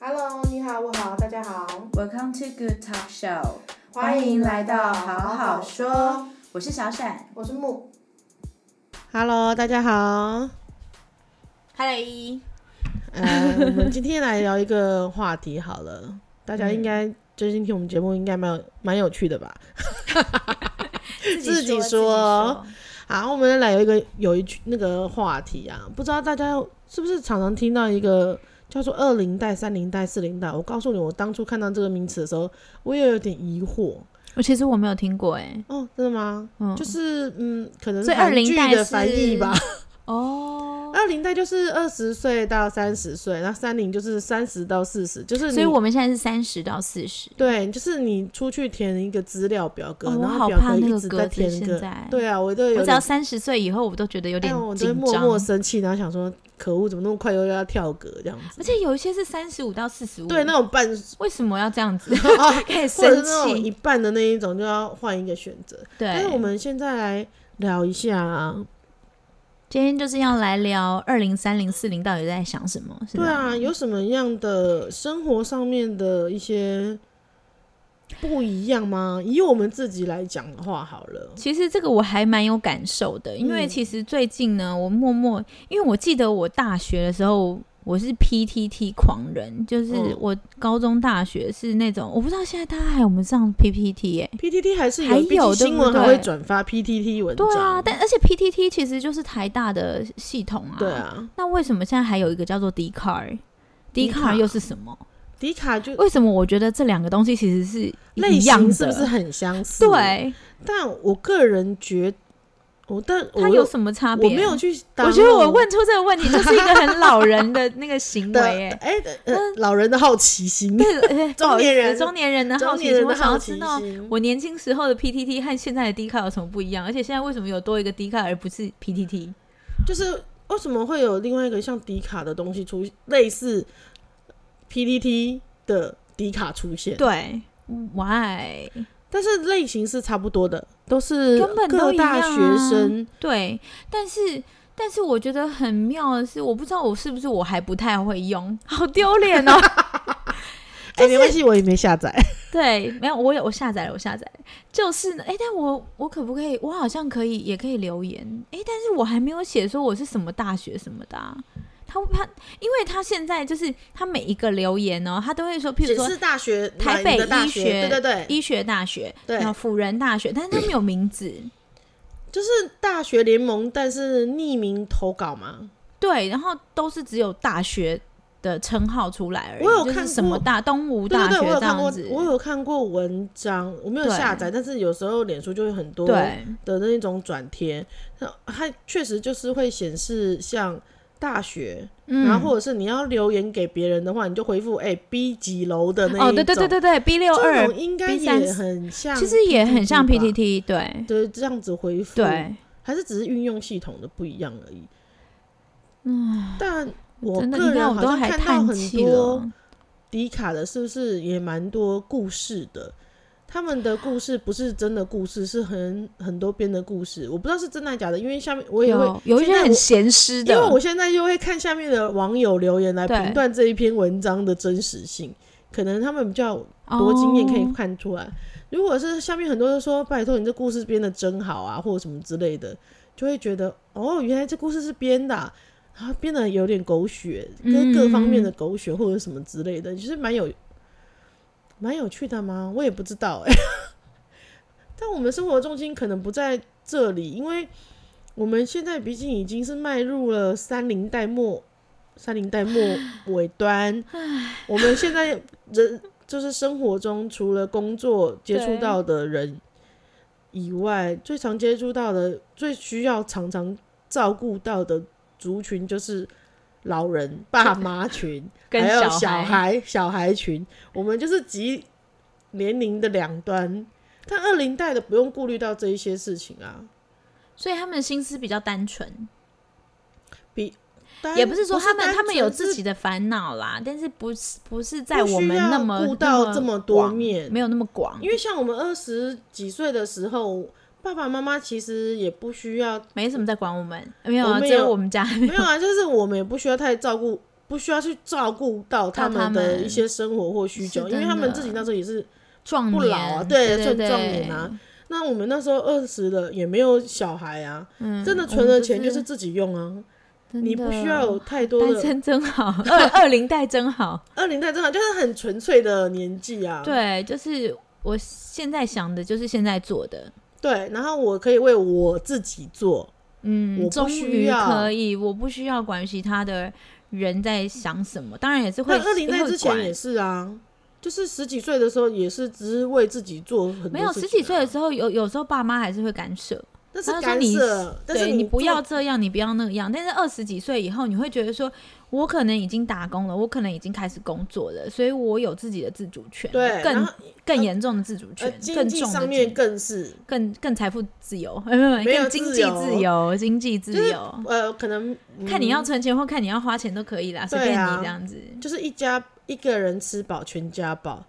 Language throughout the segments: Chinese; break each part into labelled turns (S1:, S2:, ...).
S1: Hello，你好，我好，大家好，
S2: Welcome to Good Talk Show，
S1: 欢迎来到
S2: 好
S1: 好
S2: 好
S1: 说
S2: 说。我是小闪。
S1: 我是木。Hello，大家好。
S2: 嗨，
S1: 呃，我们今天来聊一个话题好 了，大家应该最近听我们节目应该蛮有蛮有趣的吧？
S2: 自
S1: 自己说好，我们来有一个有一句那个话题啊，不知道大家是不是常常听到一个叫做二零代、三零代、四零代。我告诉你，我当初看到这个名词的时候，我也有点疑惑。
S3: 我其实我没有听过哎、
S1: 哦，真的吗？
S3: 嗯，
S1: 就是嗯，可能是
S3: 所以
S1: 韩
S3: 20
S1: 剧
S3: 代
S1: 的翻译
S3: 是
S1: 吧。
S3: 哦，
S1: 二零代就是二十岁到三十岁，然后三零就是三十到四十，就是你
S3: 所以我们现在是三十到四十、
S1: 对，就是你出去填一个资料表格，
S3: 哦，我
S1: 然后
S3: 好
S1: 表
S3: 怕
S1: 格
S3: 那
S1: 一
S3: 个
S1: 直在
S3: 格子
S1: 填
S3: 现
S1: 个。
S3: 在，，
S1: 对啊，我都有
S3: 我只要
S1: 点，
S3: 三十岁以后，我都觉得有点
S1: 哎，我都会
S3: 紧
S1: 默
S3: 张。
S1: 默生气，然后想说可恶，怎么那么快又要跳格这样
S3: 而
S1: 子？
S3: 且有一些是三十五到四十五，
S1: 对，那 种半
S3: 为什么要这样 子？
S1: 啊，
S3: 开始
S1: 或者
S3: 生
S1: 是那种一
S3: 气。
S1: 半的那一种就要换一个选择。但
S3: 对
S1: 是，我们现在来聊一下啊，
S3: 今天就是要来聊二零三零四零到底在想什么？是
S1: 对
S3: 吧？
S1: 啊，有什么样的生活上面的一些不一样吗？以我们自己来讲的话，好了，
S3: 其实这个我还蛮有感受的，因为
S1: 嗯
S3: 其实最近呢，我默默，因为我记得我大学的时候我是 PTT 狂人，就是
S1: 嗯
S3: 我高中、大学是那种，我不知道现在大家还有没有上 PPT 耶、
S1: PTT 还是有，
S3: 还
S1: 毕竟
S3: 有对
S1: 新
S3: 不
S1: 闻还
S3: 对
S1: 会转发 PTT 文章。
S3: 对啊，但而且 PTT 其实就是台大的系统啊。
S1: 对。啊，
S3: 那为什么现在还有一个叫做 d c a r d c a
S1: Dcard
S3: r 又是什么？
S1: 迪卡就
S3: 为什么我觉得这两个东西其实是
S1: 类
S3: 一样
S1: 型
S3: 的？
S1: 是不是很相似？，
S3: 对，
S1: 但我个人觉，我但我
S3: 它有什么差别？啊
S1: 我没有去，
S3: 我觉得我。问出这个问题就是一个很老人的那个行 为、
S1: 的
S3: 哎，
S1: 哎、呃呃老人的好奇心，
S3: 对对，呃
S1: 中年人
S3: 中年人的好
S1: 中
S3: 奇
S1: 年
S3: 心，
S1: 人
S3: 我
S1: 的
S3: 想
S1: 好
S3: 要
S1: 奇
S3: 知道
S1: 心，
S3: 我年轻时候的 PTT 和现在的 D 卡有什么不一样，而且现在为什么有多一个 D 卡而不是 PTT？
S1: 就是为什么会有另外一个像迪卡的东西出类似 PPT 的迪卡出现？
S3: 对，Why？
S1: 但是类型是差不多的，都是
S3: 根本都
S1: 各
S3: 一样
S1: 大
S3: 啊
S1: 学生。
S3: 对，但是但是我觉得很妙的是，我不知道我是不是我还不太会用，好丢脸哦。
S1: 哎、没关系，我也没 下载。
S3: 对，没有，我有我下载了，我下载了，就是呢，哎，但我我可不可以？我好像可以，也可以留言，哎，但是我还没有写说我是什么大学什么的、啊。他他，因为他现在就是他每一个留言哦，他都会说，譬如
S1: 只
S3: 说
S1: 是大学，
S3: 台
S1: 哪
S3: 北
S1: 一个大
S3: 医
S1: 学，
S3: 学
S1: 对对对，
S3: 医学大学，
S1: 对
S3: 然后辅仁大学，但是他没有名字。
S1: 就是大学联盟，但是匿名投稿嘛。
S3: 对，然后都是只有大学的称号出来而已。
S1: 我有
S3: 就是
S1: 看
S3: 什么
S1: 过
S3: 大东吴
S1: 对
S3: 大
S1: 对
S3: 学
S1: 对，我
S3: 这
S1: 有看过
S3: 样子，，
S1: 我有看过文章，我没有
S3: 对
S1: 下载，但是有时候脸书就会很多
S3: 对
S1: 的那种转贴，那它确实就是会显示像大学，
S3: 嗯
S1: 然后或者是你要留言给别人的话，你就回复哎、B 几楼的那一种。
S3: 哦，对对对对对，B 六
S1: 这
S3: 二
S1: 种应该
S3: B 三
S1: 也很像，
S3: 其实也很像
S1: PTT 吧
S3: PTT，对
S1: 对，这样子回复，，
S3: 对，
S1: 还是只是运用系统的不一样而已。嗯，但我
S3: 真的，
S1: 个
S3: 你看
S1: 人
S3: 我
S1: 好
S3: 都
S1: 像
S3: 还
S1: 看到
S3: 叹
S1: 很
S3: 气
S1: 多
S3: 了。
S1: 迪卡的，是不是也蛮多故事的？他们的故事不是真的故事，是很很多编的故事。我不知道是真的还假的，因为下面我也会
S3: 有有一
S1: 现
S3: 些
S1: 在
S3: 很
S1: 我
S3: 闲湿
S1: 因为我
S3: 的，
S1: 现在又会看下面的网友留言来
S3: 对
S1: 评断这一篇文章的真实性，可能他们比较有多经验可以
S3: 哦
S1: 看出来。如果是下面很多人说“拜托你这故事编的真好啊”或者什么之类的，就会觉得哦，原来这故事是编的、啊，然后编的有点狗血，
S3: 嗯
S1: 跟各方面的狗血或者什么之类的，就是蛮有蛮有趣的吗？我也不知道哎、 但我们生活重心可能不在这里，因为我们现在毕竟已经是迈入了三零代末，三零代末尾端。我们现在人就是生活中除了工作接触
S3: 对
S1: 到的人以外，最常接触到的、最需要常常照顾到的族群就是老人、爸妈群，
S3: 跟
S1: 还有
S3: 小
S1: 小
S3: 孩
S1: 孩、小孩群。我们就是集年龄的两端。但二零代的不用顾虑到这一些事情啊，
S3: 所以他们的心思比较单纯，
S1: 当然
S3: 也不是说他
S1: 单
S3: 们
S1: 纯
S3: 他们有
S1: 是
S3: 自己的烦恼啦，但是不是不是在
S1: 不需
S3: 我们那
S1: 要
S3: 么
S1: 顾到
S3: 那
S1: 这么多
S3: 广
S1: 面
S3: 没有那么广，
S1: 因为像我们二十几岁的时候，爸爸妈妈其实也不需要，
S3: 没什么在管我们，没有
S1: 我
S3: 啊，
S1: 们
S3: 只有
S1: 有
S3: 我们家
S1: 没有啊，就是我们也不需要太照顾，不需要去照顾到他
S3: 到他
S1: 们的
S3: 们
S1: 一些生活或需
S3: 是
S1: 求，因为
S3: 真
S1: 他们
S3: 的
S1: 自己那时候也是
S3: 壮年
S1: 不老啊对
S3: 对
S1: 算
S3: 对
S1: 壮年啊，那我们那时候二十了，也没有小孩啊，
S3: 嗯
S1: 真的
S3: 我
S1: 存
S3: 们
S1: 了
S3: 就
S1: 钱就是
S3: 是
S1: 自己用啊，
S3: 真
S1: 你不需要有
S3: 的
S1: 太多
S3: 单
S1: 的
S3: 身真 好，二二零代真好。
S1: 二零代真的就是很纯粹的年纪啊。
S3: 对，就是我现在想的，就是现在做的。
S1: 对，然后我可以为我自己做，我
S3: 嗯，
S1: 不
S3: 终
S1: 需
S3: 于
S1: 要
S3: 可以，我不需要管其他的人在想什么，当然也是会
S1: 但二零代
S3: 会
S1: 之前
S3: 管
S1: 也是啊，就是十几岁的时候也是只是为自己做很多
S3: 没有
S1: 事
S3: 十
S1: 情
S3: 几
S1: 啊
S3: 岁的时候，有有时候爸妈还是会干涉，
S1: 那是
S3: 他就说
S1: 干
S3: 你
S1: 涉，但是
S3: 对你不
S1: 做
S3: 要这样，你不要那样。但是二十几岁以后，你会觉得说，我可能已经打工了，我可能已经开始工作了，所以我有自己的自主权，
S1: 对，然
S3: 更
S1: 后
S3: 更严重的自主权
S1: 呃，经
S3: 更
S1: 济
S3: 重的
S1: 上
S3: 自
S1: 面
S3: 主
S1: 更是
S3: 更更财富自由， 没有
S1: 没有
S3: 更经
S1: 自
S3: 济
S1: 由
S3: 自由，经济
S1: 就
S3: 自
S1: 是
S3: 由，
S1: 呃，可能、嗯
S3: 看你要存钱或看你要花钱都可以啦，随
S1: 对
S3: 便
S1: 啊
S3: 你这样子。
S1: 就是一家一个人吃饱全家饱，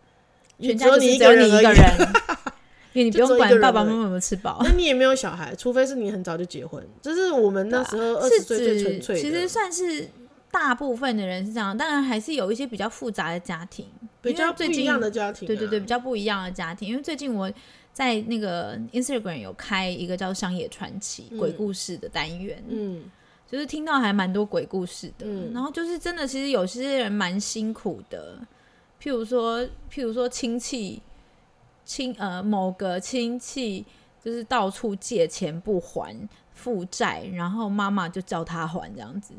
S3: 全
S1: 只
S3: 家就是
S1: 你
S3: 只
S1: 一
S3: 有
S1: 个
S3: 你
S1: 人
S3: 一
S1: 而
S3: 个
S1: 已。
S3: 人， 因为你不
S1: 就只
S3: 用
S1: 有一个
S3: 管
S1: 人
S3: 爸爸
S1: 而已
S3: 妈妈有没有吃饱。
S1: 那你也没有小孩，除非是你很早就结婚。这是我们那时候 二十
S3: 是
S1: 岁最
S3: 指
S1: 纯粹的。
S3: 其实算是大部分的人是这样，当然还是有一些比较复杂的家庭，
S1: 比
S3: 因
S1: 较
S3: 为
S1: 不
S3: 最
S1: 一
S3: 近
S1: 样的家庭、啊，
S3: 对对对，比较不一样的家庭。因为最近我在那个 Instagram 有开一个叫“商业传奇”
S1: 嗯
S3: 鬼故事的单元，
S1: 嗯，
S3: 就是听到还蛮多鬼故事的。
S1: 嗯
S3: 然后就是真的，其实有些人蛮辛苦的，譬如说，譬如说亲戚亲呃某个亲戚就是到处借钱不还。负债，然后妈妈就叫他还这样子，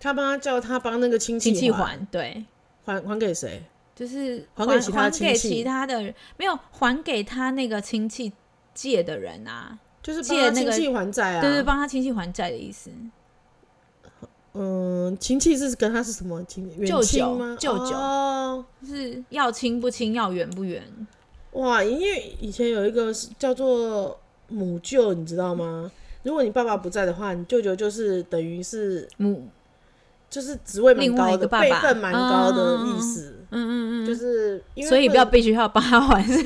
S1: 他帮他叫他帮那个亲
S3: 亲戚
S1: 还
S3: 还，对，
S1: 还还给谁？
S3: 就是
S1: 还
S3: 还
S1: 给其他的
S3: 还
S1: 亲
S3: 给
S1: 戚
S3: 其他的人，没有还给他那个亲戚借的人啊，
S1: 就是帮
S3: 借
S1: 他
S3: 那
S1: 亲
S3: 个
S1: 戚还债啊。
S3: 对对，帮他亲戚还债的意思。
S1: 嗯，亲戚是跟他是什么亲？远
S3: 舅舅
S1: 亲吗？
S3: 舅舅
S1: 哦
S3: 就是要亲不亲，要远不远，
S1: 哇，因为以前有一个是叫做母舅，你知道吗？如果你爸爸不在的话，你舅舅就是等于是
S3: 母，
S1: 就是职位蛮
S3: 另外
S1: 高
S3: 一
S1: 的，
S3: 个爸爸
S1: 辈分蛮高的意思，
S3: 嗯嗯嗯，
S1: 就是因为
S3: 所以不要
S1: 能
S3: 必须要帮他还， 是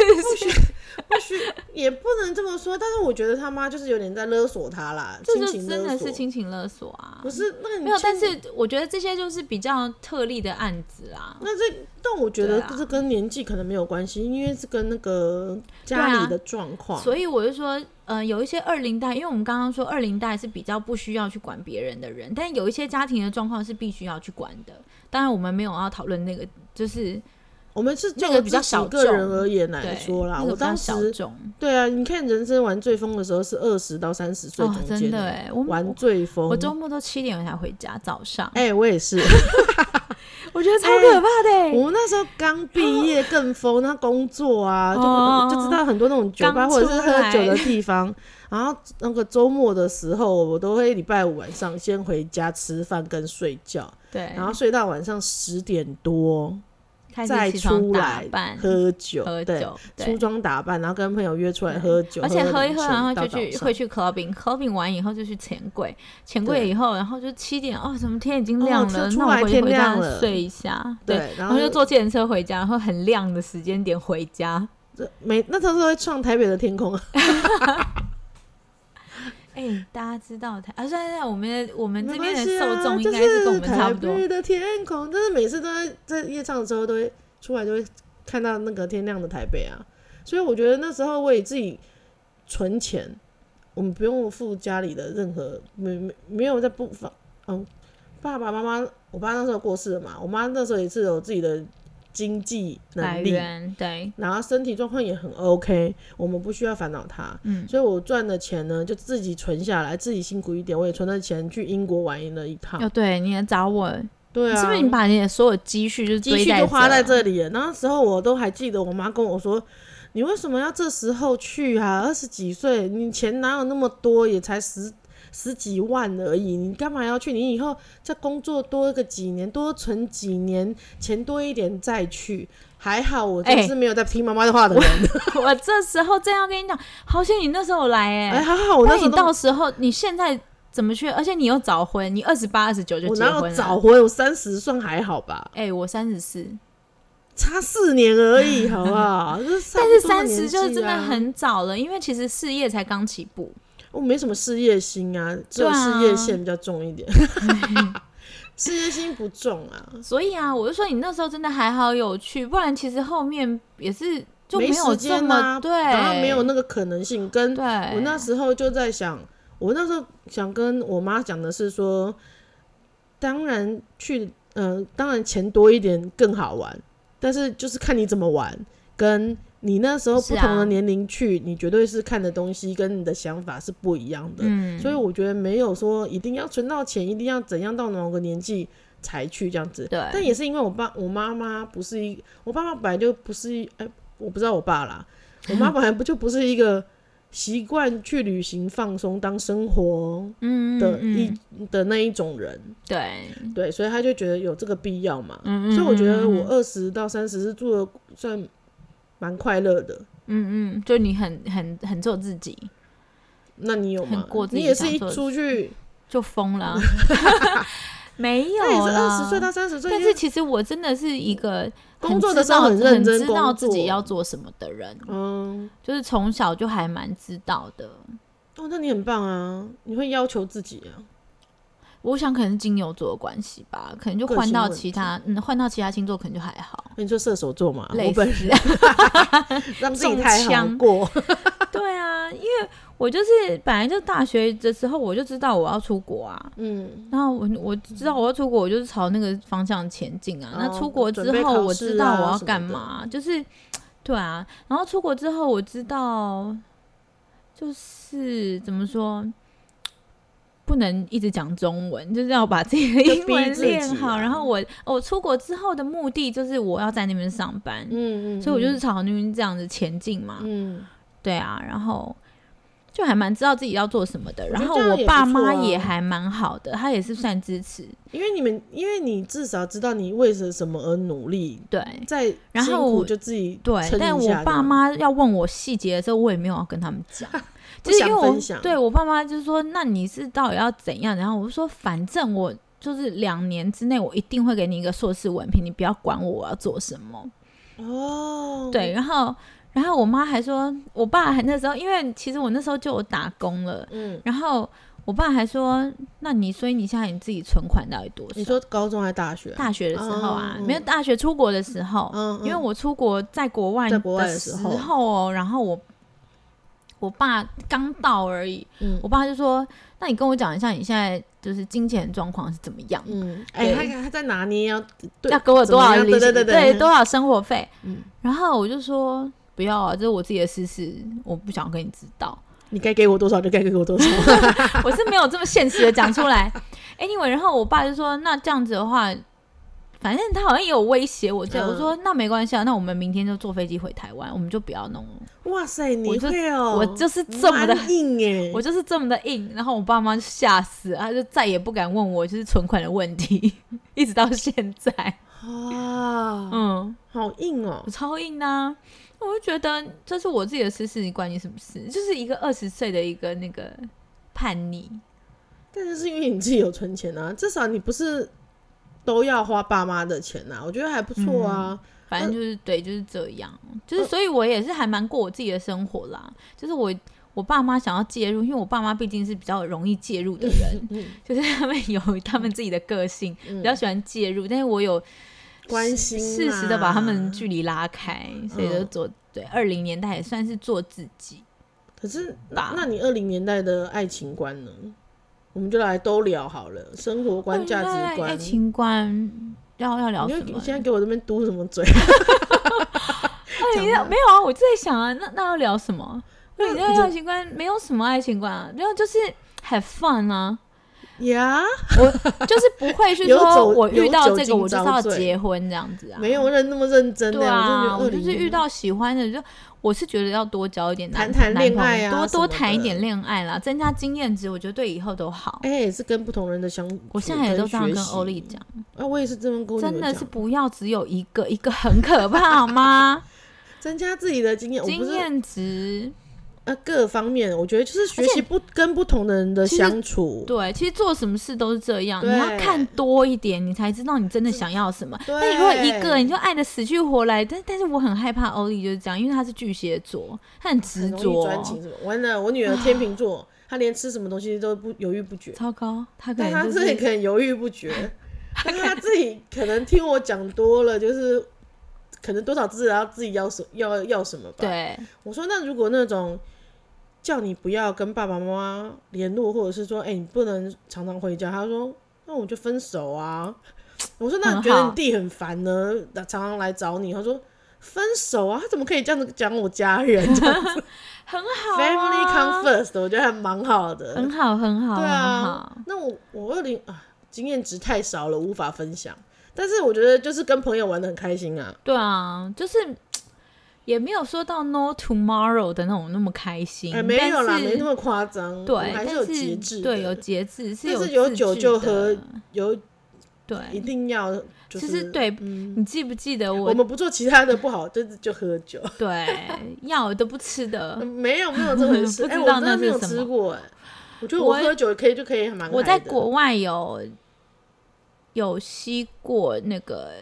S1: 不许也不能这么说，但是我觉得他妈就是有点在勒索他啦，
S3: 这
S1: 亲
S3: 就
S1: 情
S3: 真
S1: 勒
S3: 的
S1: 索
S3: 是，亲情勒索啊
S1: 不。是那你
S3: 没有，
S1: 嗯亲
S3: 但是我觉得这些就是比较特例的案子啊。
S1: 那这但我觉
S3: 对
S1: 得
S3: 啊
S1: 这跟年纪可能没有关系，因为是跟那个家
S3: 对
S1: 里
S3: 啊
S1: 的状况，
S3: 所以我就说，呃，有一些二零代，因为我们刚刚说二零代是比较不需要去管别人的人，但有一些家庭的状况是必须要去管的。当然，我们没有要讨论那个，就是
S1: 我们是就
S3: 那个比较
S1: 自己
S3: 小
S1: 个人
S3: 众
S1: 而言来
S3: 对
S1: 说啦，
S3: 那个
S1: 我
S3: 比较
S1: 当时
S3: 小众
S1: 对啊，你看人生玩最疯的时候是二十到三十岁
S3: 哦
S1: 中，间
S3: 真
S1: 的、
S3: 的哎，我
S1: 玩
S3: 我
S1: 最疯。
S3: 我周末都七点才回家，早上，
S1: 哎、我也 是，哎
S3: 我觉得超可怕的欸。
S1: 我们那时候刚毕业更疯，那工作啊，就、
S3: 哦
S1: 就知道很多那种酒吧
S3: 刚
S1: 或者是
S3: 出
S1: 喝
S3: 来
S1: 酒的地方。然后那个周末的时候，我都会礼拜五晚上先回家吃饭跟睡觉，
S3: 对，
S1: 然后睡到晚上十点多
S3: 开
S1: 再
S3: 始起
S1: 出
S3: 床打
S1: 来
S3: 扮、
S1: 喝酒，
S3: 喝
S1: 对。
S3: 酒，
S1: 梳
S3: 对。
S1: 妆打扮，然后跟朋友约出来
S3: 对
S1: 喝酒，
S3: 而且
S1: 喝
S3: 喝一
S1: 得
S3: 喝，
S1: 很
S3: 然后
S1: 顺
S3: 就
S1: 到
S3: 去
S1: 早上
S3: 会去 clubbing，clubbing 完以后就去钱柜，钱
S1: 对
S3: 柜以后，然后就七点哦，什么天已经
S1: 哦
S3: 亮
S1: 这
S3: 了，
S1: 出
S3: 那我
S1: 来
S3: 回
S1: 天
S3: 回
S1: 亮
S3: 家
S1: 了
S3: 睡一下，对，
S1: 对，然
S3: 然
S1: 后
S3: 后就坐计程车回家，然后很亮的时间点回家。
S1: 这每那时候会唱台北的天空啊，
S3: 哎、大家知道台啊，算了算了，我们的我们
S1: 没
S3: 这边
S1: 关
S3: 的
S1: 系啊
S3: 受众
S1: 就
S3: 应该是跟我们
S1: 台
S3: 差不多，
S1: 北的天空，但是每次都在在夜唱的时候都会出来，就会看到那个天亮的台北啊。所以我觉得那时候我也自己存钱，我们不用付家里的任何没没没有在不放嗯，爸爸妈妈，我爸那时候过世了嘛，我妈那时候也是有自己的经济
S3: 来
S1: 能力，
S3: 源对，
S1: 然后身体状况也很 OK，我们不需要烦恼他。
S3: 嗯，
S1: 所以我赚的钱呢，就自己存下来，自己辛苦一点，我也存了钱去英国玩了一趟
S3: 哦，。对，你来找我，
S1: 对啊，
S3: 是不是你把你的所有积蓄就
S1: 积
S3: 堆
S1: 蓄
S3: 在
S1: 都花 在
S3: 这？
S1: 这里了？那时候我都还记得，我妈跟我说：“你为什么要这时候去啊？二十几岁，你钱哪有那么多？也才十十几万而已，你干嘛要去？你以后再工作多个几年，多存几年，钱多一点再去。”还好我就
S3: 哎
S1: 是没有在听妈妈的话的人，
S3: 我这时候正要跟你讲，好险你那时候来哎、
S1: 哎、还好我
S3: 那
S1: 那时候
S3: 你
S1: 都
S3: 到时候你现在怎么去？而且你又早婚，你二十八、二十九就
S1: 我
S3: 结
S1: 哪
S3: 婚
S1: 有
S3: 了。
S1: 早婚？我啊三十算还好吧？
S3: 哎、我三十四，
S1: 差四年 而已，好不好？ 就是
S3: 但是三十就是真的
S1: 差不多年纪啊，
S3: 很早了，因为其实事业才刚起步。
S1: 我没什么事业心啊，只有
S3: 对啊
S1: 事业线比较重一点。事业心不重啊，
S3: 所以啊，我就说你那时候真的还好有趣，不然其实后面也是就
S1: 没
S3: 有
S1: 时
S3: 这
S1: 间
S3: 么、
S1: 啊，
S3: 对，
S1: 然后没有那个可能性。跟
S3: 对，
S1: 我那时候就在想，我那时候想跟我妈讲的是说，当然去，呃，当然钱多一点更好玩，但是就是看你怎么玩，跟你那时候
S3: 是
S1: 不
S3: 啊
S1: 同的年龄去，你绝对是看的东西跟你的想法是不一样的。
S3: 嗯，
S1: 所以我觉得没有说一定要存到钱，一定要怎样到某个年纪才去这样子。
S3: 对
S1: 但也是因为我爸我妈妈不是一，我爸妈本来就不是一，哎、我不知道我爸啦，我妈本来不就不是一个习惯去旅行放松当生活
S3: 嗯嗯
S1: 的
S3: 嗯
S1: 一、的那一种人，
S3: 对，
S1: 对，所以他就觉得有这个必要嘛。
S3: 嗯嗯
S1: 所以我觉得
S3: 嗯嗯
S1: 我二十到三十是住的算蛮快乐的。
S3: 嗯嗯，就你很很很做自己，
S1: 那你有吗
S3: 很过？自
S1: 你
S3: 己
S1: 也是
S3: 想
S1: 一
S3: 做的
S1: 出去，
S3: 就疯了啊， 没有
S1: 那也是
S3: 啦
S1: 二十岁到三十岁，
S3: 但是其实我真的是一个很
S1: 工作的
S3: 知
S1: 时候
S3: 道
S1: 很认真
S3: 很知道
S1: 工
S3: 自
S1: 作
S3: 己要做什么的人，
S1: 嗯。
S3: 就是从小就还蛮知道的。
S1: 哦，那你很棒啊！你会要求自己啊，
S3: 我想可能是金牛座的关系吧，可能就
S1: 个
S3: 换
S1: 性
S3: 到
S1: 问
S3: 其
S1: 题
S3: 他，嗯，换到其他星座可能就还好。
S1: 你说射手座嘛，
S3: 类
S1: 我本
S3: 似
S1: 人让自己
S3: 中
S1: 太好
S3: 枪
S1: 过，
S3: 对啊，因为我就是本来就大学的时候我就知道我要出国啊，
S1: 嗯，
S3: 然后我我知道我要出国，我就是朝那个方向前进啊。
S1: 哦
S3: 那出国之
S1: 准备
S3: 后，
S1: 考
S3: 我
S1: 试
S3: 知道我要
S1: 啊什么
S3: 干
S1: 的
S3: 嘛，就是对啊。然后出国之后，我知道就是怎么说。不能一直讲中文，就是要把自己的
S1: 就
S3: 英
S1: 逼
S3: 文
S1: 自
S3: 练
S1: 己
S3: 好。
S1: 啊
S3: 然后我，我出国之后的目的就是我要在那边上班，
S1: 嗯嗯，
S3: 所以我就是
S1: 嗯
S3: 朝那边这样子前进嘛。
S1: 嗯，
S3: 对啊，然后就还蛮知道自己要做什么的。
S1: 我觉得
S3: 然后
S1: 这样
S3: 我
S1: 也
S3: 爸
S1: 不错
S3: 妈
S1: 啊
S3: 也还蛮好的，他也是算支持。
S1: 因为你们，因为你至少知道你为了什么而努力，
S3: 对
S1: 在
S3: 然后我
S1: 就自己
S3: 对
S1: 撑，
S3: 但
S1: 一下
S3: 我爸
S1: 这样
S3: 妈要问我细节的时候，我也没有要跟他们 讲，
S1: 不
S3: 就是因
S1: 想
S3: 为我
S1: 分享
S3: 对我爸妈就是说，那你是到底要怎样？然后我就说，反正我就是两年之内，我一定会给你一个硕士文凭，你不要管我我要做什么。
S1: 哦，
S3: 对，，然后然后我妈还说，我爸还那时候，因为其实我那时候就有打工了，
S1: 嗯，
S3: 然后我爸还说：“那你所以你现在你自己存款到底多少？”
S1: 你说高中还是大学啊？
S3: 大学的时候啊，
S1: 嗯嗯
S3: 没有大学出国的时候，
S1: 嗯，嗯
S3: 因为我出国在国外
S1: 在国外的
S3: 时
S1: 时候
S3: 哦，然后我我爸刚到而已，
S1: 嗯
S3: 我爸就说：“那你跟我讲一下你现在就是金钱状况是怎么样？”
S1: 嗯，哎，
S3: 对
S1: 他他在拿捏要对
S3: 要给我
S1: 怎么
S3: 多少
S1: 样
S3: 利息？
S1: 对对对对
S3: 多少生活费？
S1: 嗯
S3: 然后我就说不要啊，这是我自己的私事，我不想跟你知道。
S1: 你该给我多少就该给我 多少，
S3: 我是没有这么现实的讲出来。Anyway，然 后我爸就说：“那这样子的话，反正他好像也有威胁我这样。
S1: 嗯
S3: 我说：“那没关系啊，那我们明天就坐飞机回台湾，我们就不要弄了。
S1: 哇塞，你
S3: 我就
S1: 会哦，
S3: 我就是这么的，
S1: 蛮硬哎，
S3: 我就是这么的硬。然后我爸妈就吓死，啊他就再也不敢问我就是存款的问题， 一直到现在。
S1: 啊，
S3: 嗯，
S1: 好硬哦
S3: 我，超硬啊！我就觉得这是我自己的私事，你关你什么事？就是一个二十岁的一个那个叛逆。
S1: 但是是因为你自己有存钱啊，至少你不是都要花爸妈的钱啊，我觉得还不错啊。
S3: 反正就是、对，就是这样，就是所以我也是还蛮过我自己的生活啦。就是我我爸妈想要介入，因为我爸妈毕竟是比较容易介入的
S1: 嗯
S3: 人， 就是他们有他们自己的个性，比较喜欢介入，但是我有
S1: 关心啊
S3: 嗯适时的把他们距离拉开，所以就
S1: 嗯
S3: 做、对二零年代也算是做自己。
S1: 可是
S3: 吧
S1: 那那你二零年代的爱情观呢？我们就来都聊好了，生活观、价值
S3: 哦爱
S1: 观。
S3: 情观要要聊
S1: 你
S3: 什
S1: 就
S3: 么？
S1: 现在给我这边嘟什么嘴？
S3: 二零
S1: 讲
S3: 没有啊，我就在想啊，那那要聊什么？二零年代爱情观没有什么爱情观啊，没有就是 have fun 啊。
S1: 呀，
S3: 就是不会去
S1: 有
S3: 说
S1: 走
S3: 我遇到这
S1: 有
S3: 个
S1: 酒
S3: 我就是
S1: 精
S3: 要
S1: 遭罪
S3: 结婚这样子啊，
S1: 没有人那么认真的、
S3: 对啊，
S1: 我
S3: 我
S1: 真
S3: 就
S1: 的觉得
S3: 是
S1: 20
S3: 遇到喜欢的就。我是觉得要多交一点男
S1: 谈谈
S3: 男
S1: 恋
S3: 朋
S1: 爱
S3: 友
S1: 啊
S3: 多
S1: 什
S3: 多
S1: 么
S3: 谈一
S1: 的
S3: 点恋爱啦，增加经验值，我觉得对以后都好。
S1: 哎、是跟不同人的相处，
S3: 我现在也都这样跟欧丽
S1: 丽。
S3: 讲，
S1: 啊，我也是这么跟我女儿
S3: 真的是
S1: 讲
S3: 不要只有一个，一个很可怕好吗？
S1: 增加自己的经 验。我不
S3: 经
S1: 是
S3: 验值，
S1: 啊，各方面，我觉得就是学习不跟不同的人的
S3: 其实
S1: 相处，
S3: 对，其实做什么事都是这样，你要
S1: 对
S3: 看多一点，你才知道你真的想要什么。
S1: 对
S3: 那你如果一个你就爱的死去活来，但但是我很害怕欧丽就是这样，因为她是巨蟹座，她很执
S1: 很容易
S3: 着，啊
S1: 专情什么。完了，我女儿天秤座，她连吃什么东西都不犹豫不决，
S3: 糟糕，她可
S1: 但她
S3: 能就
S1: 这也
S3: 是
S1: 可能犹豫不决。但是他自己可能听我讲多了，就是可能多少字，然后自己要什要要什么吧。，
S3: 对，
S1: 我说那如果那种叫你不要跟爸爸妈妈联络，或者是说，哎、你不能常常回家，他说那我们就分手啊。 我说那你
S3: 很
S1: 觉得你
S3: 好
S1: 弟很烦呢，常常来找你，他说。分手啊！他怎么可以这样子讲我家人？ 这样子
S3: 很好、
S1: family
S3: 啊、
S1: come first，我觉得还蛮好的。
S3: 很好，很好，
S1: 对
S3: 很
S1: 啊
S3: 好。，
S1: 那我我二零啊，经验值太少了，无法分享。但是我觉得就是跟朋友玩的很开心啊，
S3: 对啊，就是也没有说到 no tomorrow 的那种那么开心，
S1: 哎、没有啦，
S3: 嗯但是
S1: 没那么夸张，我
S3: 对，
S1: 们还是
S3: 但
S1: 有节制的，
S3: 对，有节制，
S1: 但
S3: 有
S1: 是
S3: 自
S1: 有酒
S3: 制
S1: 就
S3: 的
S1: 喝，有一
S3: 对，
S1: 定要就
S3: 其
S1: 是嗯
S3: 实对，你记不记得
S1: 我
S3: 我？
S1: 们不做其他的不好，就是就喝酒，
S3: 对，药都不吃的，
S1: 没有没有这回
S3: 嗯
S1: 事，
S3: 不知
S1: 哎、
S3: 道
S1: 我真
S3: 那
S1: 的没
S3: 是
S1: 有
S3: 什
S1: 吃
S3: 么
S1: 过、哎，我觉得我
S3: 我
S1: 喝酒可以就可以 蛮嗨的，
S3: 我在国外有有吸过那个，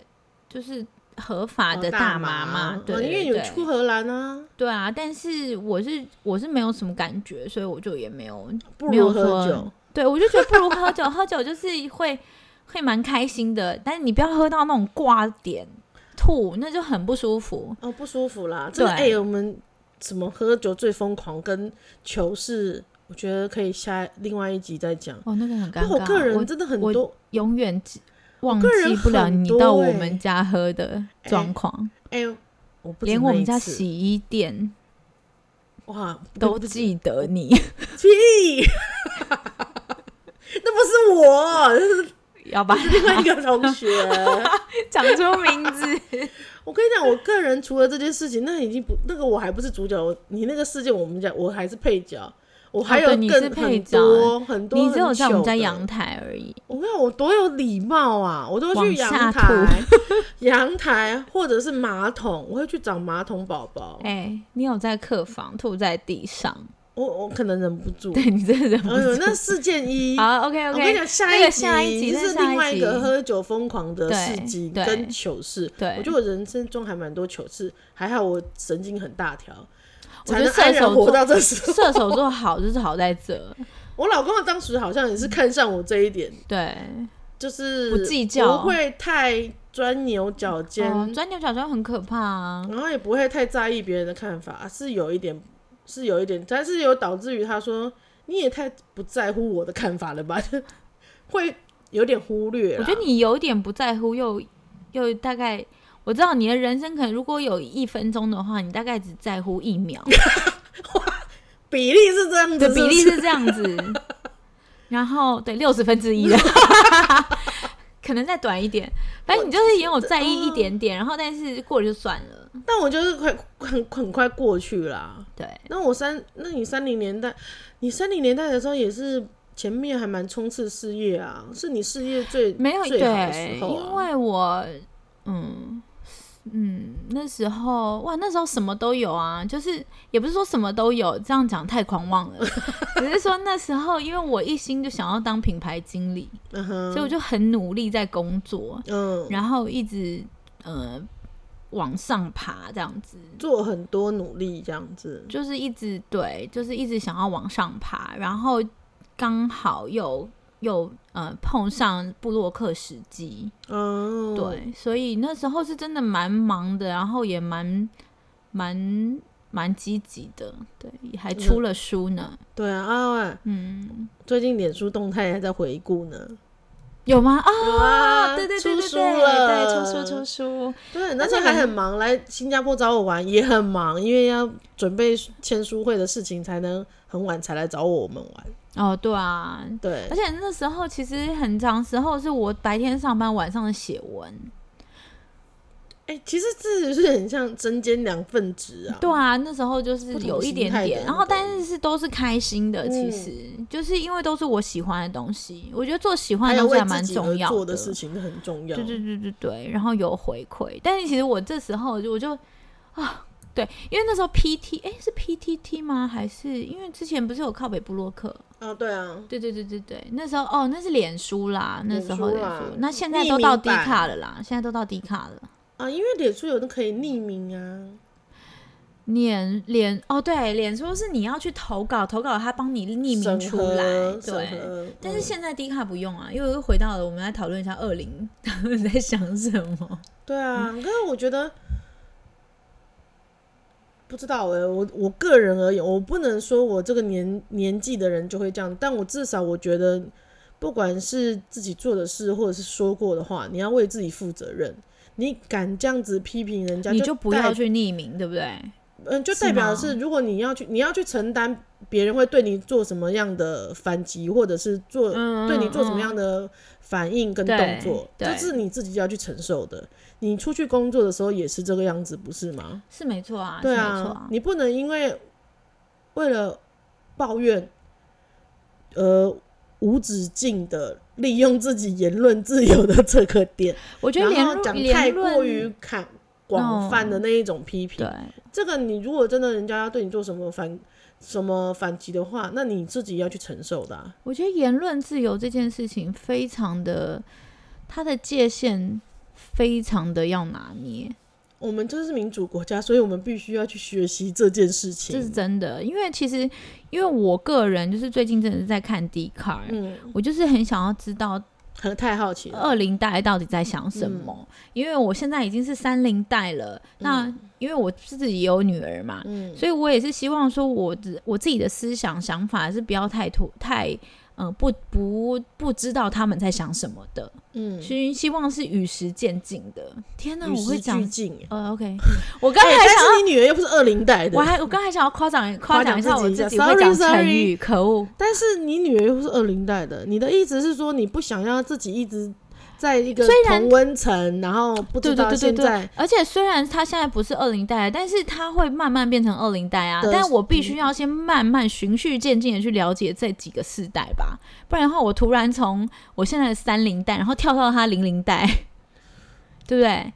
S3: 就是合法
S1: 哦
S3: 的
S1: 大
S3: 麻嘛，
S1: 哦
S3: 对，
S1: 因为
S3: 对
S1: 有
S3: 对
S1: 去过荷兰啊，
S3: 对啊，但是我是我是没有什么感觉，所以我就也没有
S1: 不
S3: 没有
S1: 如喝
S3: 说
S1: 酒，
S3: 对，我就觉得不如喝酒，喝酒就是会会蛮开心的，但是你不要喝到那种挂点吐，那就很不舒服。
S1: 哦，不舒服啦。真的，哎、
S3: 对
S1: 我们什么喝酒最疯狂跟糗事，我觉得可以下另外一集再讲。
S3: 哦，那个很尴尬，
S1: 不过我个人
S3: 我
S1: 真的很多，
S3: 永远记忘
S1: 个人
S3: 记不了
S1: 很
S3: 你
S1: 多
S3: 到我
S1: 欸
S3: 们家喝的
S1: 哎
S3: 状况，
S1: 哎、我不止
S3: 连我
S1: 那
S3: 们
S1: 一
S3: 家
S1: 次
S3: 洗衣店
S1: 哇
S3: 都
S1: 不止
S3: 记得你，
S1: 屁， 那不是我，那是
S3: 要把
S1: 另外一个同学。
S3: 讲出名字。
S1: 我跟你讲，我个人除了这件事情，那已经不那个我还不是主角，我你那个事件我们讲我还是配角。我还
S3: 哦
S1: 有
S3: 对
S1: 更
S3: 你是
S1: 很
S3: 配角欸
S1: 多 很多，
S3: 你只有在我们家
S1: 养。
S3: 阳台而已，
S1: 我跟你讲，我多有礼貌啊！我都会去
S3: 往
S1: 阳
S3: 下
S1: 台、阳台或者是马桶，我会去找马桶宝宝。
S3: 哎、你有在客房吐在地上，
S1: 我我可能忍不住。
S3: 对你真的忍不
S1: 哦哎呦，
S3: 住。
S1: 那事 件一，我
S3: 好，OK OK，
S1: 跟你讲，下
S3: 那
S1: 一
S3: 个下一集
S1: 就
S3: 那
S1: 是
S3: 下一
S1: 另外一个
S3: 集
S1: 喝酒疯狂的事迹
S3: 对对
S1: 跟糗事。
S3: 对
S1: 我觉得我人生中还蛮多糗事，还好我神经很大条，
S3: 我觉
S1: 才
S3: 得
S1: 能安
S3: 射手
S1: 然活
S3: 座
S1: 到这时候。
S3: 射手座好就是好在这，
S1: 我老公当时好像也是看上我这一点，
S3: 对，
S1: 就是
S3: 不计较
S1: 不会太钻牛角尖，嗯
S3: 哦钻牛角尖很可怕啊。
S1: 然后也不会太在意别人的看法，啊是有一点，是有一点，但是有导致于他说你也太不在乎我的看法了吧， 就会有点忽略
S3: 我
S1: 啦。
S3: 觉得你有点不在乎，又又大概我知道你的人生可能如果有一分钟的话，你大概只在乎一秒，
S1: 比例是这样子
S3: 的比例
S1: 是不是
S3: 是这样子。然后对六十分之一的， 可能再短一点，反正你就是也有在意一点点，然后
S1: 嗯
S3: 但是过了就算了。
S1: 但我就是快很很快过去啦。
S3: 对，
S1: 那我三，那你三零年代，你三零年代的时候也是前面还蛮冲刺事业啊，是你事业最
S3: 没有
S1: 最好的时
S3: 对，
S1: 候
S3: 因
S1: 啊。
S3: 为我嗯嗯那时候哇，那时候什么都有啊，就是也不是说什么都有，这样讲太狂妄 了，只是说那时候因为我一心就想要当品牌经理，
S1: 嗯哼，
S3: 所以我就很努力在工作，
S1: 嗯，
S3: 然后一直呃往上爬这样子，
S1: 做很多努力这样子。
S3: 就是一直对，就是一直想要往上爬，然后刚好又又呃碰上布洛克时机，
S1: 嗯，
S3: 对，所以那时候是真的蛮忙的，然后也蛮蛮蛮积极的，对，还出了书呢，
S1: 对啊，啊喂。
S3: 嗯，
S1: 最近脸书动态还在回顾呢。
S3: 有吗？啊、
S1: 有啊
S3: 对对对
S1: 出
S3: 对
S1: 书
S3: 对，
S1: 了
S3: 对，出书出书，
S1: 对，那时候还很忙，来新加坡找我玩也很忙，因为要准备签书会的事情，才能很晚才来找我们玩。
S3: 哦，对啊，
S1: 对
S3: 而，且那时候其实很长时候是我白天上班，晚上的写文。
S1: 哎、其实这就是很像针尖两份纸啊。
S3: 对啊，那时候就是
S1: 不同
S3: 有一
S1: 形
S3: 点
S1: 态的
S3: 点，
S1: 那
S3: 然后
S1: 种
S3: 但是是都是开心的。其
S1: 嗯
S3: 实就是因为都是我喜欢的东西，我觉得做喜欢
S1: 还
S3: 的
S1: 有
S3: 东西
S1: 为
S3: 还
S1: 自
S3: 蛮
S1: 己而
S3: 重要
S1: 做的事情啊都很重要。
S3: 对对对对对，然后有回馈，但是其实我这时候就我就啊，对，因为那时候 PT 哎是 PTT 吗？还是因为之前不是有靠北布洛克？
S1: 啊，对啊，
S3: 对对对对对，那时候哦那是脸书啦，那
S1: 脸
S3: 时候
S1: 书
S3: 脸
S1: 啦
S3: 书，那现在
S1: 匿
S3: 都
S1: 名
S3: 到 D
S1: 版
S3: 卡了啦，现在都到 D 卡了。
S1: 啊，因为脸书有的可以匿名啊。
S3: 脸脸哦，对，脸说是你要去投稿，投稿他帮你匿名
S1: 审
S3: 出
S1: 核
S3: 来，
S1: 审
S3: 对。
S1: 核，嗯
S3: 但是现在 D 卡不用啊，因为又回到了我们来讨论一下二零他们在想什么。
S1: 对啊，
S3: 嗯
S1: 可是我觉得不知道哎、我我个人而言，我不能说我这个年年纪的人就会这样，但我至少我觉得，不管是自己做的事或者是说过的话，你要为自己负责任。你敢这样子批评人家，
S3: 你
S1: 啊就
S3: 就不
S1: 代
S3: 要去匿名，对不对？
S1: 嗯，就是代表
S3: 吗
S1: 是，如果你要去，你要去承担别人会对你做什么样的反击，或者是做、
S3: 嗯
S1: 对你做什
S3: 嗯
S1: 么
S3: 嗯
S1: 样的反应跟
S3: 对
S1: 动作，这
S3: 对
S1: 是你自己要去承受的。你出去工作的时候也是这个样子，不是吗？
S3: 是没错啊，
S1: 对
S3: 是没错
S1: 啊
S3: 啊，
S1: 你不能因为为了抱怨，呃，无止境的利用自己言论自由的这个点，
S3: 我觉得
S1: 然
S3: 连
S1: 后讲
S3: 连
S1: 太
S3: 论嗯
S1: 过于看广泛的那一种批评
S3: 对。，
S1: 这个你如果真的人家要对你做什么反什么反击的话，那你自己要去承受的、啊。
S3: 我觉得言论自由这件事情非常的，它的界限非常的要拿捏，
S1: 我们就是民主国家，所以我们必须要去学习这件事
S3: 这是
S1: 情。
S3: 真的。因为其实，因为我个人就是最近真的是在看 d c a r
S1: 嗯，
S3: 我就是很想要知道
S1: 很太好奇了。
S3: 二零代到底在想
S1: 嗯
S3: 什么，因为我现在已经是三零代了，那因为我自己有女儿嘛，
S1: 嗯，
S3: 所以我也是希望说我自我自己的思想想法是不要太突太。嗯，不不不知道他们在想什么的，
S1: 嗯，
S3: 希希望是与时渐进的。天哪，
S1: 与
S3: 我会
S1: 时俱
S3: 讲
S1: 进。
S3: 呃，OK，我 刚才
S1: 哎
S3: 还
S1: 但
S3: 想，
S1: 是你女儿又不是二零代
S3: 我
S1: 的，
S3: 还我刚才想要夸奖
S1: 夸
S3: 夸奖
S1: 奖
S3: 一下
S1: 自
S3: 我
S1: 己
S3: 自
S1: 一
S3: 己
S1: 下
S3: 会
S1: Sorry，
S3: 讲
S1: sorry
S3: 成语，可恶！
S1: 但是你女儿又不是二零代的。你的意思是说，你不想要自己一直在一个
S3: 虽然
S1: 同温层，然后不知
S3: 对对
S1: 道
S3: 对对
S1: 现在
S3: 对，而且虽然他现在不是二零代，但是他会慢慢变成二零代啊
S1: 的。
S3: 但我必须要先慢慢循序渐进的去了解这几个世代吧，不然的话，我突然从我现在的三零代，然后跳到他零零代， 对不对？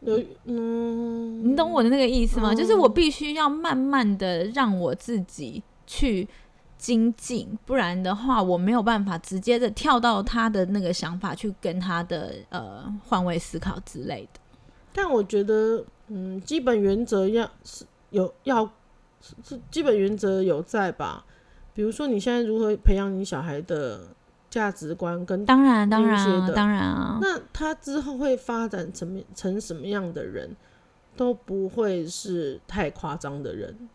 S1: 有嗯，
S3: 你懂我的那个意思吗？
S1: 哦
S3: 就是我必须要慢慢的让我自己去精进，不然的话，我没有办法直接的跳到他的那个想法去跟他的呃换位思考之类的。
S1: 但我觉得，嗯，基本原则要是有要是是基本原则有在吧？比如说你现在如何培养你小孩的价值观跟，
S3: 当然，当然
S1: 理解
S3: 啊
S1: 的，
S3: 当然啊，
S1: 那他之后会发展成么成什么样的人，都不会是太夸张的人。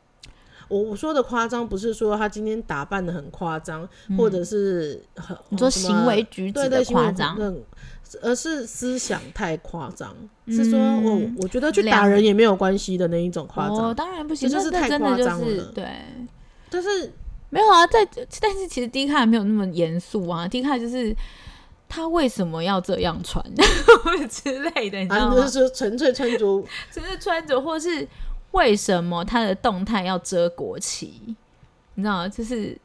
S1: 我我说的夸张，不是说他今天打扮的很夸张，或者是很
S3: 嗯
S1: 哦
S3: 你说
S1: 什么
S3: 行为举止
S1: 对
S3: 的
S1: 对，行为
S3: 夸
S1: 举
S3: 张，
S1: 那种而是思想太夸张，是说我
S3: 嗯
S1: 我觉得去打
S3: 两
S1: 人也没有关系的那一种夸张。
S3: 哦，当然不行，
S1: 这就
S3: 那
S1: 是
S3: 这
S1: 太
S3: 真的
S1: 夸
S3: 就
S1: 张
S3: 是
S1: 了
S3: 对。
S1: 但是
S3: 没有啊，在但是其实 D 卡没有那么严肃啊，D 卡就是他为什么要这样穿 之类的，你知
S1: 啊，
S3: 道
S1: 你
S3: 吗
S1: 就？是纯粹穿着，
S3: 只是穿着，或是为什么他的动态要遮国旗，你知道吗？就是，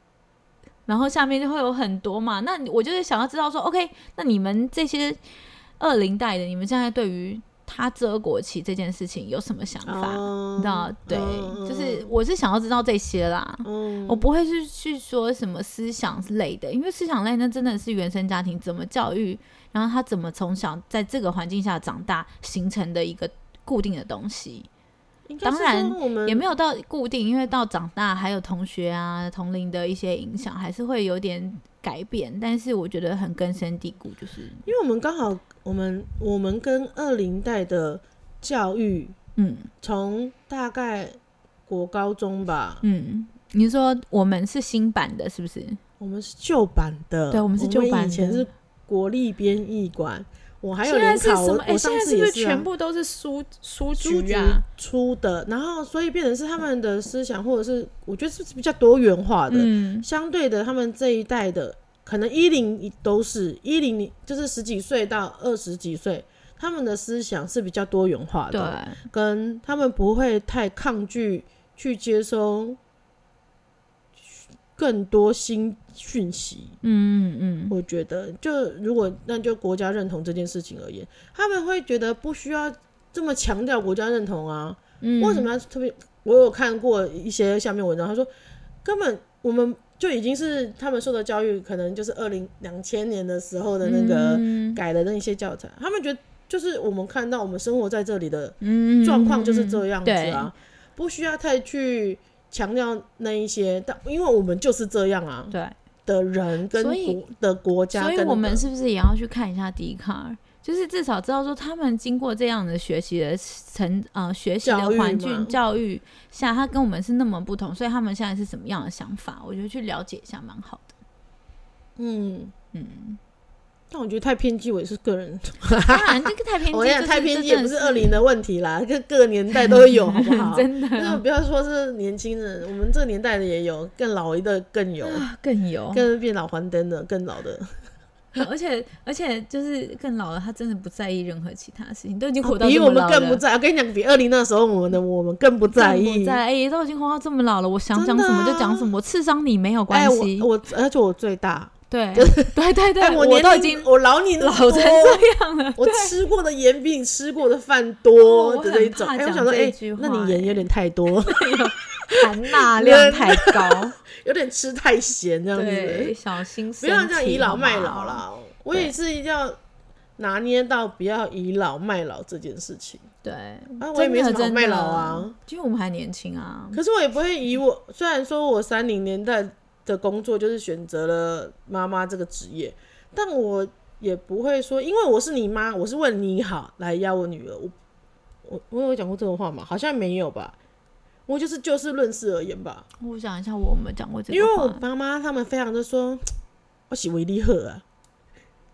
S3: 然后下面就会有很多嘛。那我就是想要知道说，OK，那你们这些二零代的，你们现在对于他遮国旗这件事情有什么想法？
S1: 哦
S3: 你知道？对，就是我是想要知道这些啦。
S1: 嗯
S3: 我不会是去说什么思想类的，因为思想类那真的是原生家庭怎么教育，然后他怎么从小在这个环境下长大形成的一个固定的东西，
S1: 应该是
S3: 当然
S1: 说我们
S3: 也没有到固定，因为到长大还有同学啊、同龄的一些影响，还是会有点改变，但是我觉得很根深蒂固，就是
S1: 因为我们刚好我们我们跟二零代的教育，
S3: 嗯
S1: 从大概国高中吧，
S3: 嗯。你是说我们是新版的，是不是？
S1: 我们是旧版的，
S3: 对我们是旧版的
S1: 以前是国立编译馆，我还有
S3: 现在
S1: 联
S3: 是
S1: 考，
S3: 什
S1: 我
S3: 么？哎、
S1: 我
S3: 现
S1: 上
S3: 在
S1: 次
S3: 是
S1: 也
S3: 不是
S1: 啊
S3: 全部都是书书
S1: 书
S3: 局
S1: 局
S3: 啊？
S1: 出的，然后所以变成是他们的思想，或者是我觉得是比较多元化啊的。
S3: 嗯，
S1: 相对的，他们这一代的可能一零都是一零零，就是十几岁到二十几岁，他们的思想是比较多元化
S3: 对，
S1: 啊的，跟他们不会太抗拒去接收更多新讯息。
S3: 嗯嗯嗯。
S1: 我觉得，就如果那就国家认同这件事情而言，他们会觉得不需要这么强调国家认同啊。
S3: 嗯
S1: 为什么要特别？我有看过一些下面文章，他说根本我们就已经是他们受的教育，可能就是二零两千年的时候的那个
S3: 嗯
S1: 改的那些教材，他们觉得就是我们看到我们生活在这里的
S3: 嗯
S1: 状况就是这样子啊，不需要太去强调那一些，但因为我们就是这样啊
S3: 对，
S1: 的人跟
S3: 所以
S1: 国的国家
S3: 所
S1: 跟
S3: 以
S1: 的，
S3: 我们是不是也要去看一下笛卡尔？就是至少知道说，他们经过这样的学习的成呃学习的
S1: 教育
S3: 环
S1: 嘛
S3: 境教育下，他跟我们是那么不同，所以他们现在是什么样的想法？我觉得去了解一下蛮好 的。
S1: 嗯，
S3: 嗯，
S1: 但我觉得太偏激，我也是个人，
S3: 当然这个太偏激，
S1: 我跟你讲
S3: 这
S1: 太
S3: 是
S1: 偏
S3: 这
S1: 激也
S3: 真
S1: 不
S3: 的
S1: 是
S3: 是
S1: 二啊零的问题啦，各各个年代都会 有，好不好？
S3: 真
S1: 那
S3: 的
S1: 不要说是年轻人，我们这年代的也有，更老一代更有，
S3: 更有，
S1: 更变老还灯的，更老的，
S3: 而且而且就是更老了，他真的不在意任何其他事情，都已经活到
S1: 哦比
S3: 这
S1: 我
S3: 么
S1: 们
S3: 老
S1: 更不
S3: 了。
S1: 在。我跟你讲，比二零那时候我们的我们更不在
S3: 更不
S1: 意。
S3: 在意，都已经活到这么老了，我想讲
S1: 真的啊
S3: 什么就讲什么，我刺伤你没有关
S1: 哎，我
S3: 系。
S1: 我而且我最大，
S3: 对 对对对，
S1: 哎，
S3: 我
S1: 年
S3: 都已
S1: 龄
S3: 经
S1: 我老你
S3: 老
S1: 多
S3: 成这样了。
S1: 我吃过的盐比你吃过的饭
S3: 哦
S1: 多
S3: 我
S1: 的
S3: 很
S1: 那一种。
S3: 怕
S1: 哎、我
S3: 讲
S1: 想说，
S3: 这
S1: 哎、
S3: 句
S1: 那
S3: 话
S1: 你盐
S3: 哎
S1: 有点太多，
S3: 含钠量太高，
S1: 有点吃太咸这样
S3: 对，
S1: 子，
S3: 小心
S1: 不要这样
S3: 身体
S1: 倚老
S3: 好吗
S1: 卖老。啦。我也是一定要拿捏到不要倚老卖老这件事情。
S3: 对，
S1: 啊我也没什么好
S3: 真的
S1: 卖老啊，
S3: 因为我们还年轻啊。
S1: 可是我也不会以我，虽然说我三零年代的工作就是选择了妈妈这个职业，但我也不会说，因为我是你妈，我是为了你好来要我女儿。我我我有讲过这种话吗？好像没有吧。我就是就事论事而言吧，
S3: 我想一下，我有没有讲过这
S1: 因为
S3: 个
S1: 我
S3: 话？
S1: 妈妈他们非常的说，我喜维利赫啊，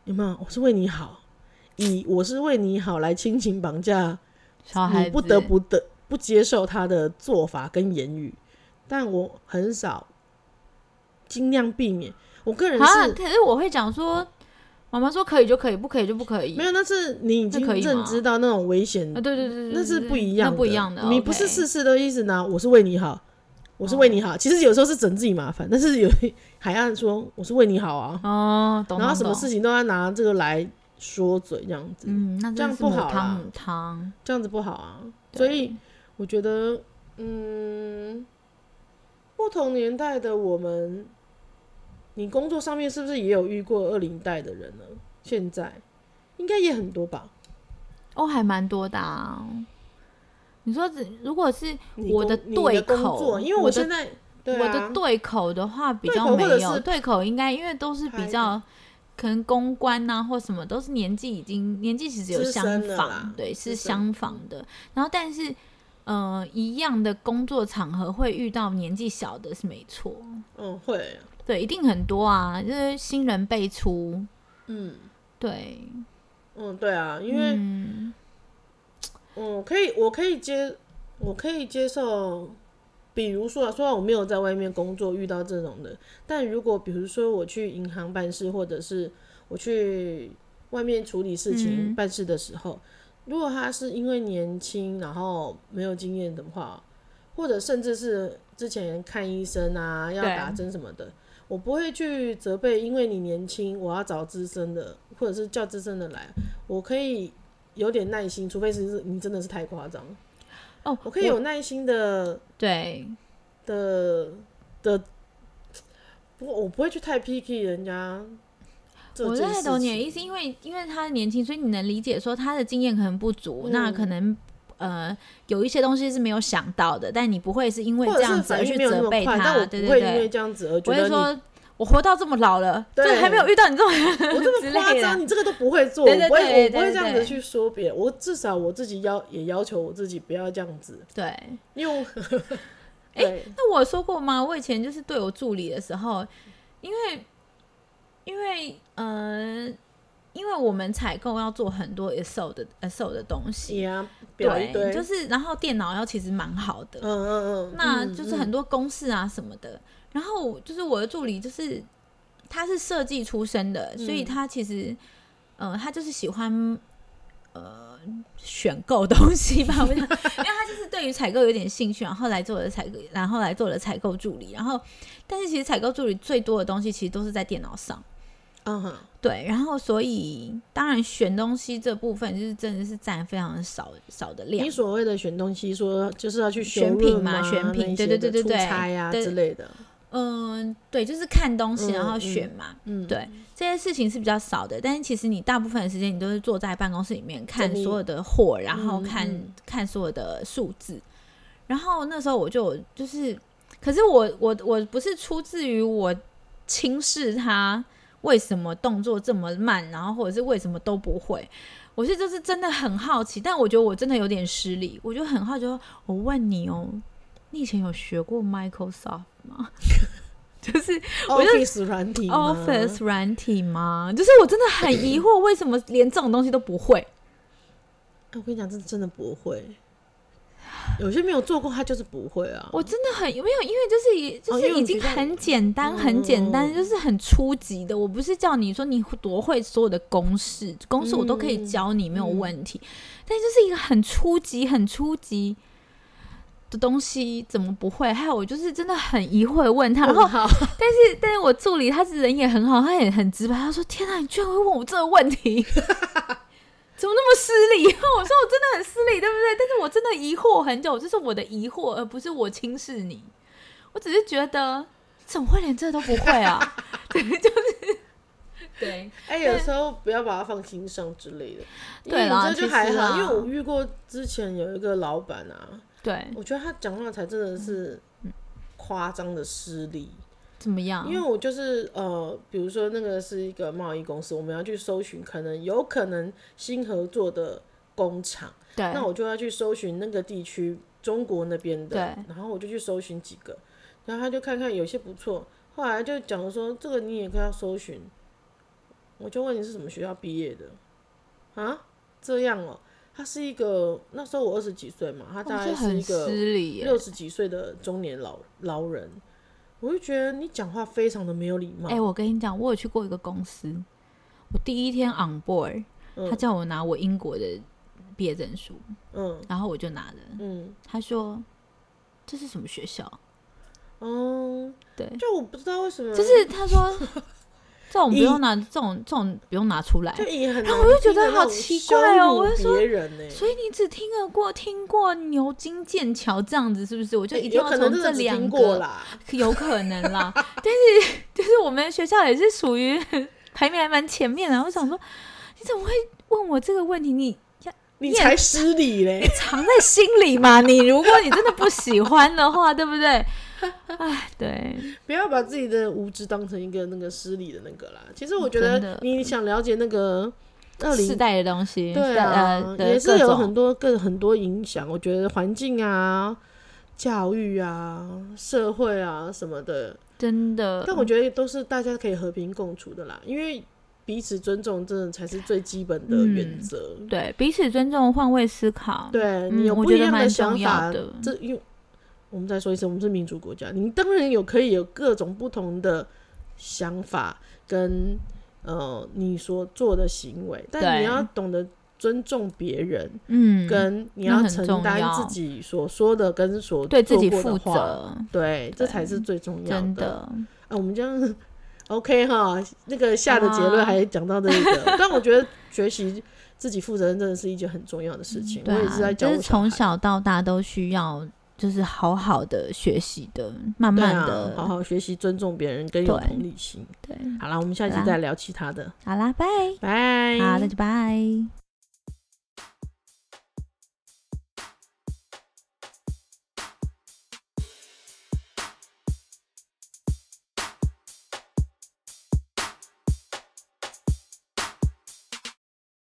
S1: 有没有？我是为你好，以我是为你好来亲情绑架
S3: 小孩
S1: 你
S3: 子
S1: 不得不的不接受他的做法跟言语，但我很少，尽量避免。我个人
S3: 啊，
S1: 是
S3: 可是我会讲说，妈妈说可以就可以，不可以就不可以。
S1: 没有，那是你已经
S3: 那可以吗
S1: 认知到那种危险
S3: 啊，，对对对对，
S1: 那是
S3: 对
S1: 不一样
S3: 那
S1: 的，
S3: 不一样的。
S1: 你不是
S3: OK 哦
S1: 事事都一直拿我是为你好，我是为你好。其实有时候是整自己麻烦，但是有 海岸说我是为你好啊，
S3: 哦，懂。
S1: 然后
S3: 懂
S1: 什么
S3: 懂
S1: 事情都要拿这个来说嘴，这样子，
S3: 嗯，那
S1: 这
S3: 真
S1: 样
S3: 的是
S1: 不
S3: 母
S1: 好
S3: 汤
S1: 啦
S3: 母汤，
S1: 这样子不好啊。
S3: 对
S1: 所以我觉得，嗯，不同年代的我们，你工作上面是不是也有遇过二零代的人呢？现在应该也很多吧？
S3: 哦，还蛮多的、啊。你说只，如果是
S1: 你
S3: 我
S1: 工
S3: 的
S1: 你
S3: 对
S1: 工
S3: 口
S1: 作，因为
S3: 我的
S1: 现在对
S3: 我
S1: 啊
S3: 的，对口的话，比
S1: 对
S3: 较
S1: 口
S3: 没
S1: 或者
S3: 有
S1: 是
S3: 对口，应该因为都是比
S1: 拍
S3: 较可能公关呐、或什么，都是年纪已经年纪其实有
S1: 资
S3: 相
S1: 深了
S3: 仿
S1: 啦，
S3: 对，是
S1: 资深
S3: 相仿的。然后但是。呃，一样的工作场合会遇到年纪小的是没错，
S1: 嗯，会，
S3: 对，一定很多啊，就是新人辈出，
S1: 嗯
S3: 对，
S1: 嗯，对啊，因为
S3: 嗯，
S1: 嗯，可以，我可以接，我可以接受。比如说啊，虽然我没有在外面工作遇到这种的，但如果比如说我去银行办事，或者是我去外面处理事情、
S3: 嗯
S1: 办事的时候，如果他是因为年轻然后没有经验的话，或者甚至是之前看医生啊要
S3: 对
S1: 打针什么的，我不会去责备，因为你年轻，我要找资深的，或者是叫资深的来，我可以有点耐心，除非是你真的是太夸张，
S3: 哦，
S1: 我可以有耐心的
S3: 对，
S1: 的的，不过我不会去太 picky 人家这
S3: 我
S1: 件
S3: 在
S1: 事
S3: 懂你的
S1: 情
S3: 意思，因为因为他年轻，所以你能理解说他的经验可能不足，
S1: 嗯
S3: 那可能呃有一些东西是没有想到的，但你不会是因为
S1: 或
S3: 这
S1: 者
S3: 样
S1: 是
S3: 子
S1: 反
S3: 而
S1: 应
S3: 去
S1: 没有那
S3: 责
S1: 么
S3: 备
S1: 快，
S3: 他，
S1: 但我
S3: 对
S1: 不
S3: 对
S1: 会因为
S3: 对，
S1: 这样子而
S3: 我
S1: 觉
S3: 会
S1: 得你
S3: 说我活到这么老了，
S1: 对
S3: 这还没有遇到你这种
S1: 我 这
S3: 之
S1: 么
S3: 类
S1: 夸
S3: 的
S1: 张，你这个都不会做，
S3: 对对
S1: 我不
S3: 对
S1: 会，我不
S3: 对
S1: 会这样
S3: 对
S1: 子去说别人，我至少我自己要也要求我自己不要这样子，
S3: 对。
S1: 因为我
S3: 哎
S1: 对
S3: 那我有说过吗？我以前就是对我助理的时候，因为因为呃，因为我们采购要做很多 Excel 的 Excel 的东西，
S1: 呀，啊表一
S3: 对，
S1: 堆，
S3: 就是然后电脑要其实蛮好的，
S1: 嗯嗯嗯，
S3: 那
S1: 嗯
S3: 就是很多公式啊什么的。然后我就是我的助理，就是他是设计出身的，所
S1: 嗯
S3: 以他其实，呃，他就是喜欢呃选购东西吧，我想，因 为他就是对于采购有点兴趣，然后来做了采购，然后来做了采购助理，然后但是其实采购助理最多的东西其实都是在电脑上。
S1: 嗯哼，
S3: 对，然后所以当然选东西这部分就是真的是占非常少少的量
S1: 你，所谓的选东西，说就是要去
S3: 选品嘛选品对对对对对
S1: 出差呀、
S3: 对
S1: 之类的，
S3: 嗯，对，就是看东西
S1: 嗯
S3: 然后选嘛，
S1: 嗯，
S3: 对这些事情是比较少的。但是其实你大部分的时间你都是坐在办公室里面看
S1: 整理
S3: 所有的货，然后
S1: 嗯
S3: 看、
S1: 嗯
S3: 看所有的数字，然后那时候我就就是，可是我我我不是出自于我轻视他为什么动作这么慢，然后或者是为什么都不会，我是就是真的很好奇，但我觉得我真的有点失礼，我就很好奇说，我问你哦，你以前有学过 Microsoft 吗？就是我就
S1: Office 软体吗
S3: Office 软体吗？就是我真的很疑惑，为什么连这种东西都不
S1: 哦
S3: 会？
S1: 哎我跟你讲，这真的不会。有些没有做过，他就是不会啊。
S3: 我真的很没有，因为就是也就
S1: 哦
S3: 是
S1: 因为
S3: 已
S1: 你
S3: 经
S1: 觉得嗯
S3: 很简单，很简单，就是很初级的。我不是叫你说你多会所有的公式，公式我都可以教你，没有问
S1: 嗯
S3: 题。但就是一个很初级、很初级的东西，怎么不会？还有我就是真的很疑惑地问他，然后
S1: 问号
S3: 但是但是我助理他是人也很好，他也很直白，他说：“天啊，你居然会问我这个问 题！”怎么那么失礼？ 我说我真的很失礼，对不对？但是我真的疑惑很久，这是我的疑惑，而不是我轻视你。我只是觉得怎么会连这都不会 啊？对，就是对，
S1: 哎、有时候不要把它放心上之类的。因为
S3: 对啦
S1: 你这就还
S3: 其实啊
S1: 好，
S3: 啦
S1: 因为我遇过之前有一个老板啊，
S3: 对，嗯
S1: 我觉得他讲话才真的是夸张的失礼。
S3: 怎么样？
S1: 因为我就是呃，比如说那个是一个贸易公司，我们要去搜寻可能有可能新合作的工厂，
S3: 对
S1: 那我就要去搜寻那个地区中国那边的
S3: 对，
S1: 然后我就去搜寻几个，然后他就看看有些不错，后来就讲说这个你也可以要搜寻，我就问你是什么学校毕业的啊？这样哦、他是一个那时候我二十几岁嘛，他
S3: 我
S1: 大
S3: 哦这
S1: 概是
S3: 很
S1: 一个
S3: 失礼耶，
S1: 六十几岁的中年老老人，我就觉得你讲话非常的没有礼貌。
S3: 哎、我跟你讲，我有去过一个公司，我第一天 on board，、
S1: 嗯
S3: 他叫我拿我英国的毕业证书，
S1: 嗯
S3: 然后我就拿了。
S1: 嗯
S3: 他说这是什么学校？
S1: 嗯，
S3: 对，
S1: 就我不知道为什么，
S3: 哎就是 他说这种不
S1: 以
S3: 用拿，这种这种不用拿出来
S1: 就。也很难听的
S3: 然后我就觉得
S1: 那种羞辱别人欸，
S3: 好奇怪哦我就说
S1: 人欸呢，
S3: 所以你只听得过听过牛津、剑桥这样子，是不是？我就一定
S1: 有
S3: 要
S1: 可
S3: 从
S1: 能
S3: 这
S1: 真的只
S3: 两
S1: 听过
S3: 个，
S1: 啦，
S3: 有可能啦。但是就是我们学校也是属于 排名还蛮前面的。我想说，你怎么会问我这个问题？你
S1: 你
S3: 也
S1: 才失 礼嘞。
S3: 藏在心里嘛。你如果你真的不喜欢的话，对不对？ 哎，对，
S1: 不要把自己的无知当成一个那个失礼的那个啦。其实我觉
S3: 真的
S1: 得你想了解那个二
S3: 世
S1: 零。
S3: 代的东西，
S1: 对
S3: 呃
S1: 啊，
S3: 的
S1: 也是
S3: 各
S1: 有
S3: 种
S1: 很多各很多影响。我觉得环境啊、教育啊、社会啊什么的，
S3: 真的，
S1: 但我觉得都是大家可以和平共处的啦，因为彼此尊重，真的才是最基本的
S3: 嗯
S1: 原则。
S3: 对彼此尊重，换位思考，
S1: 对
S3: 嗯
S1: 你有
S3: 我
S1: 不
S3: 觉
S1: 一
S3: 得
S1: 样
S3: 蛮
S1: 想
S3: 重要
S1: 法，
S3: 的
S1: 这因为我们再说一次，我们是民主国家，你当然有可以有各种不同的想法跟呃你所做的行为，但
S3: 对
S1: 你要懂得尊重别人，
S3: 嗯，
S1: 跟你
S3: 那
S1: 要
S3: 很
S1: 承
S3: 重
S1: 担
S3: 要
S1: 自己所说的跟所
S3: 对自
S1: 做
S3: 己
S1: 过的
S3: 负
S1: 话，
S3: 责，
S1: 对，这才是最重要
S3: 真
S1: 的。
S3: 的，
S1: 啊，我们这样 OK 哈，那个下的结
S3: 啊
S1: 论还讲到这个，但我觉得学习自己负责任真的是一件很重要的事情。
S3: 对
S1: 我也是
S3: 啊，
S1: 在教
S3: 就
S1: 我
S3: 是
S1: 小
S3: 从
S1: 孩
S3: 小到大都需要，就是好好的学习的，慢
S1: 对
S3: 慢
S1: 啊
S3: 的，，
S1: 好好学习、尊重别人，跟有
S3: 对
S1: 同理心。
S3: 对，
S1: 好啦，我们下一集
S3: 好啦
S1: 再聊其他的，
S3: 好啦，拜，
S1: 拜。
S3: 好，那就拜。